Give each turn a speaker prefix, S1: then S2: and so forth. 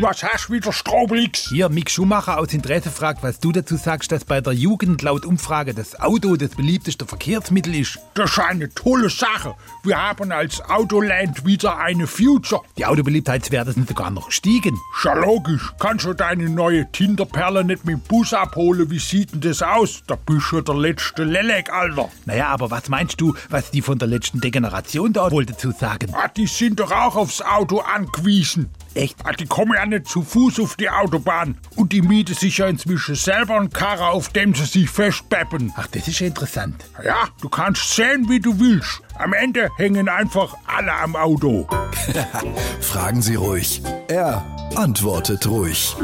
S1: Was hast du wieder, Straublix?
S2: Hier, Mick Schumacher aus Interesse fragt, was du dazu sagst, dass bei der Jugend laut Umfrage das Auto das beliebteste Verkehrsmittel ist.
S1: Das ist eine tolle Sache. Wir haben als Autoland wieder eine Future.
S2: Die Autobeliebtheitswerte sind sogar noch gestiegen.
S1: Ist ja logisch. Kannst du deine neue Tinderperle nicht mit dem Bus abholen? Wie sieht denn das aus? Da bist du der letzte Lelek, Alter.
S2: Naja, aber was meinst du, was die von der letzten Degeneration da wohl dazu sagen?
S1: Ah, die sind doch auch aufs Auto angewiesen.
S2: Echt?
S1: Ah, die kommen ja nicht zu Fuß auf die Autobahn. Und die mieten sich ja inzwischen selber einen Karre, auf dem sie sich festbeppen.
S2: Ach, das ist ja interessant.
S1: Ja, du kannst sehen, wie du willst. Am Ende hängen einfach alle am Auto.
S3: Fragen Sie ruhig. Er antwortet ruhig.